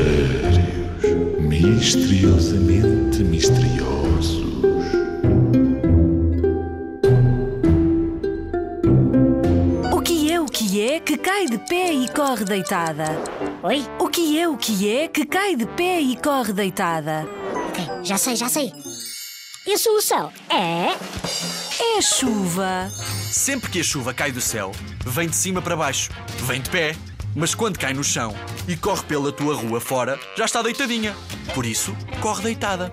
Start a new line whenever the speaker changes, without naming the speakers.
Mistérios misteriosamente misteriosos.
O que é o que é que cai de pé e corre deitada?
Oi?
O que é o que é que cai de pé e corre deitada?
Ok, já sei, já sei. E a solução é.
É a chuva.
Sempre que a chuva cai do céu, vem de cima para baixo, vem de pé, mas quando cai no chão e corre pela tua rua fora, já está deitadinha. Por isso, corre deitada.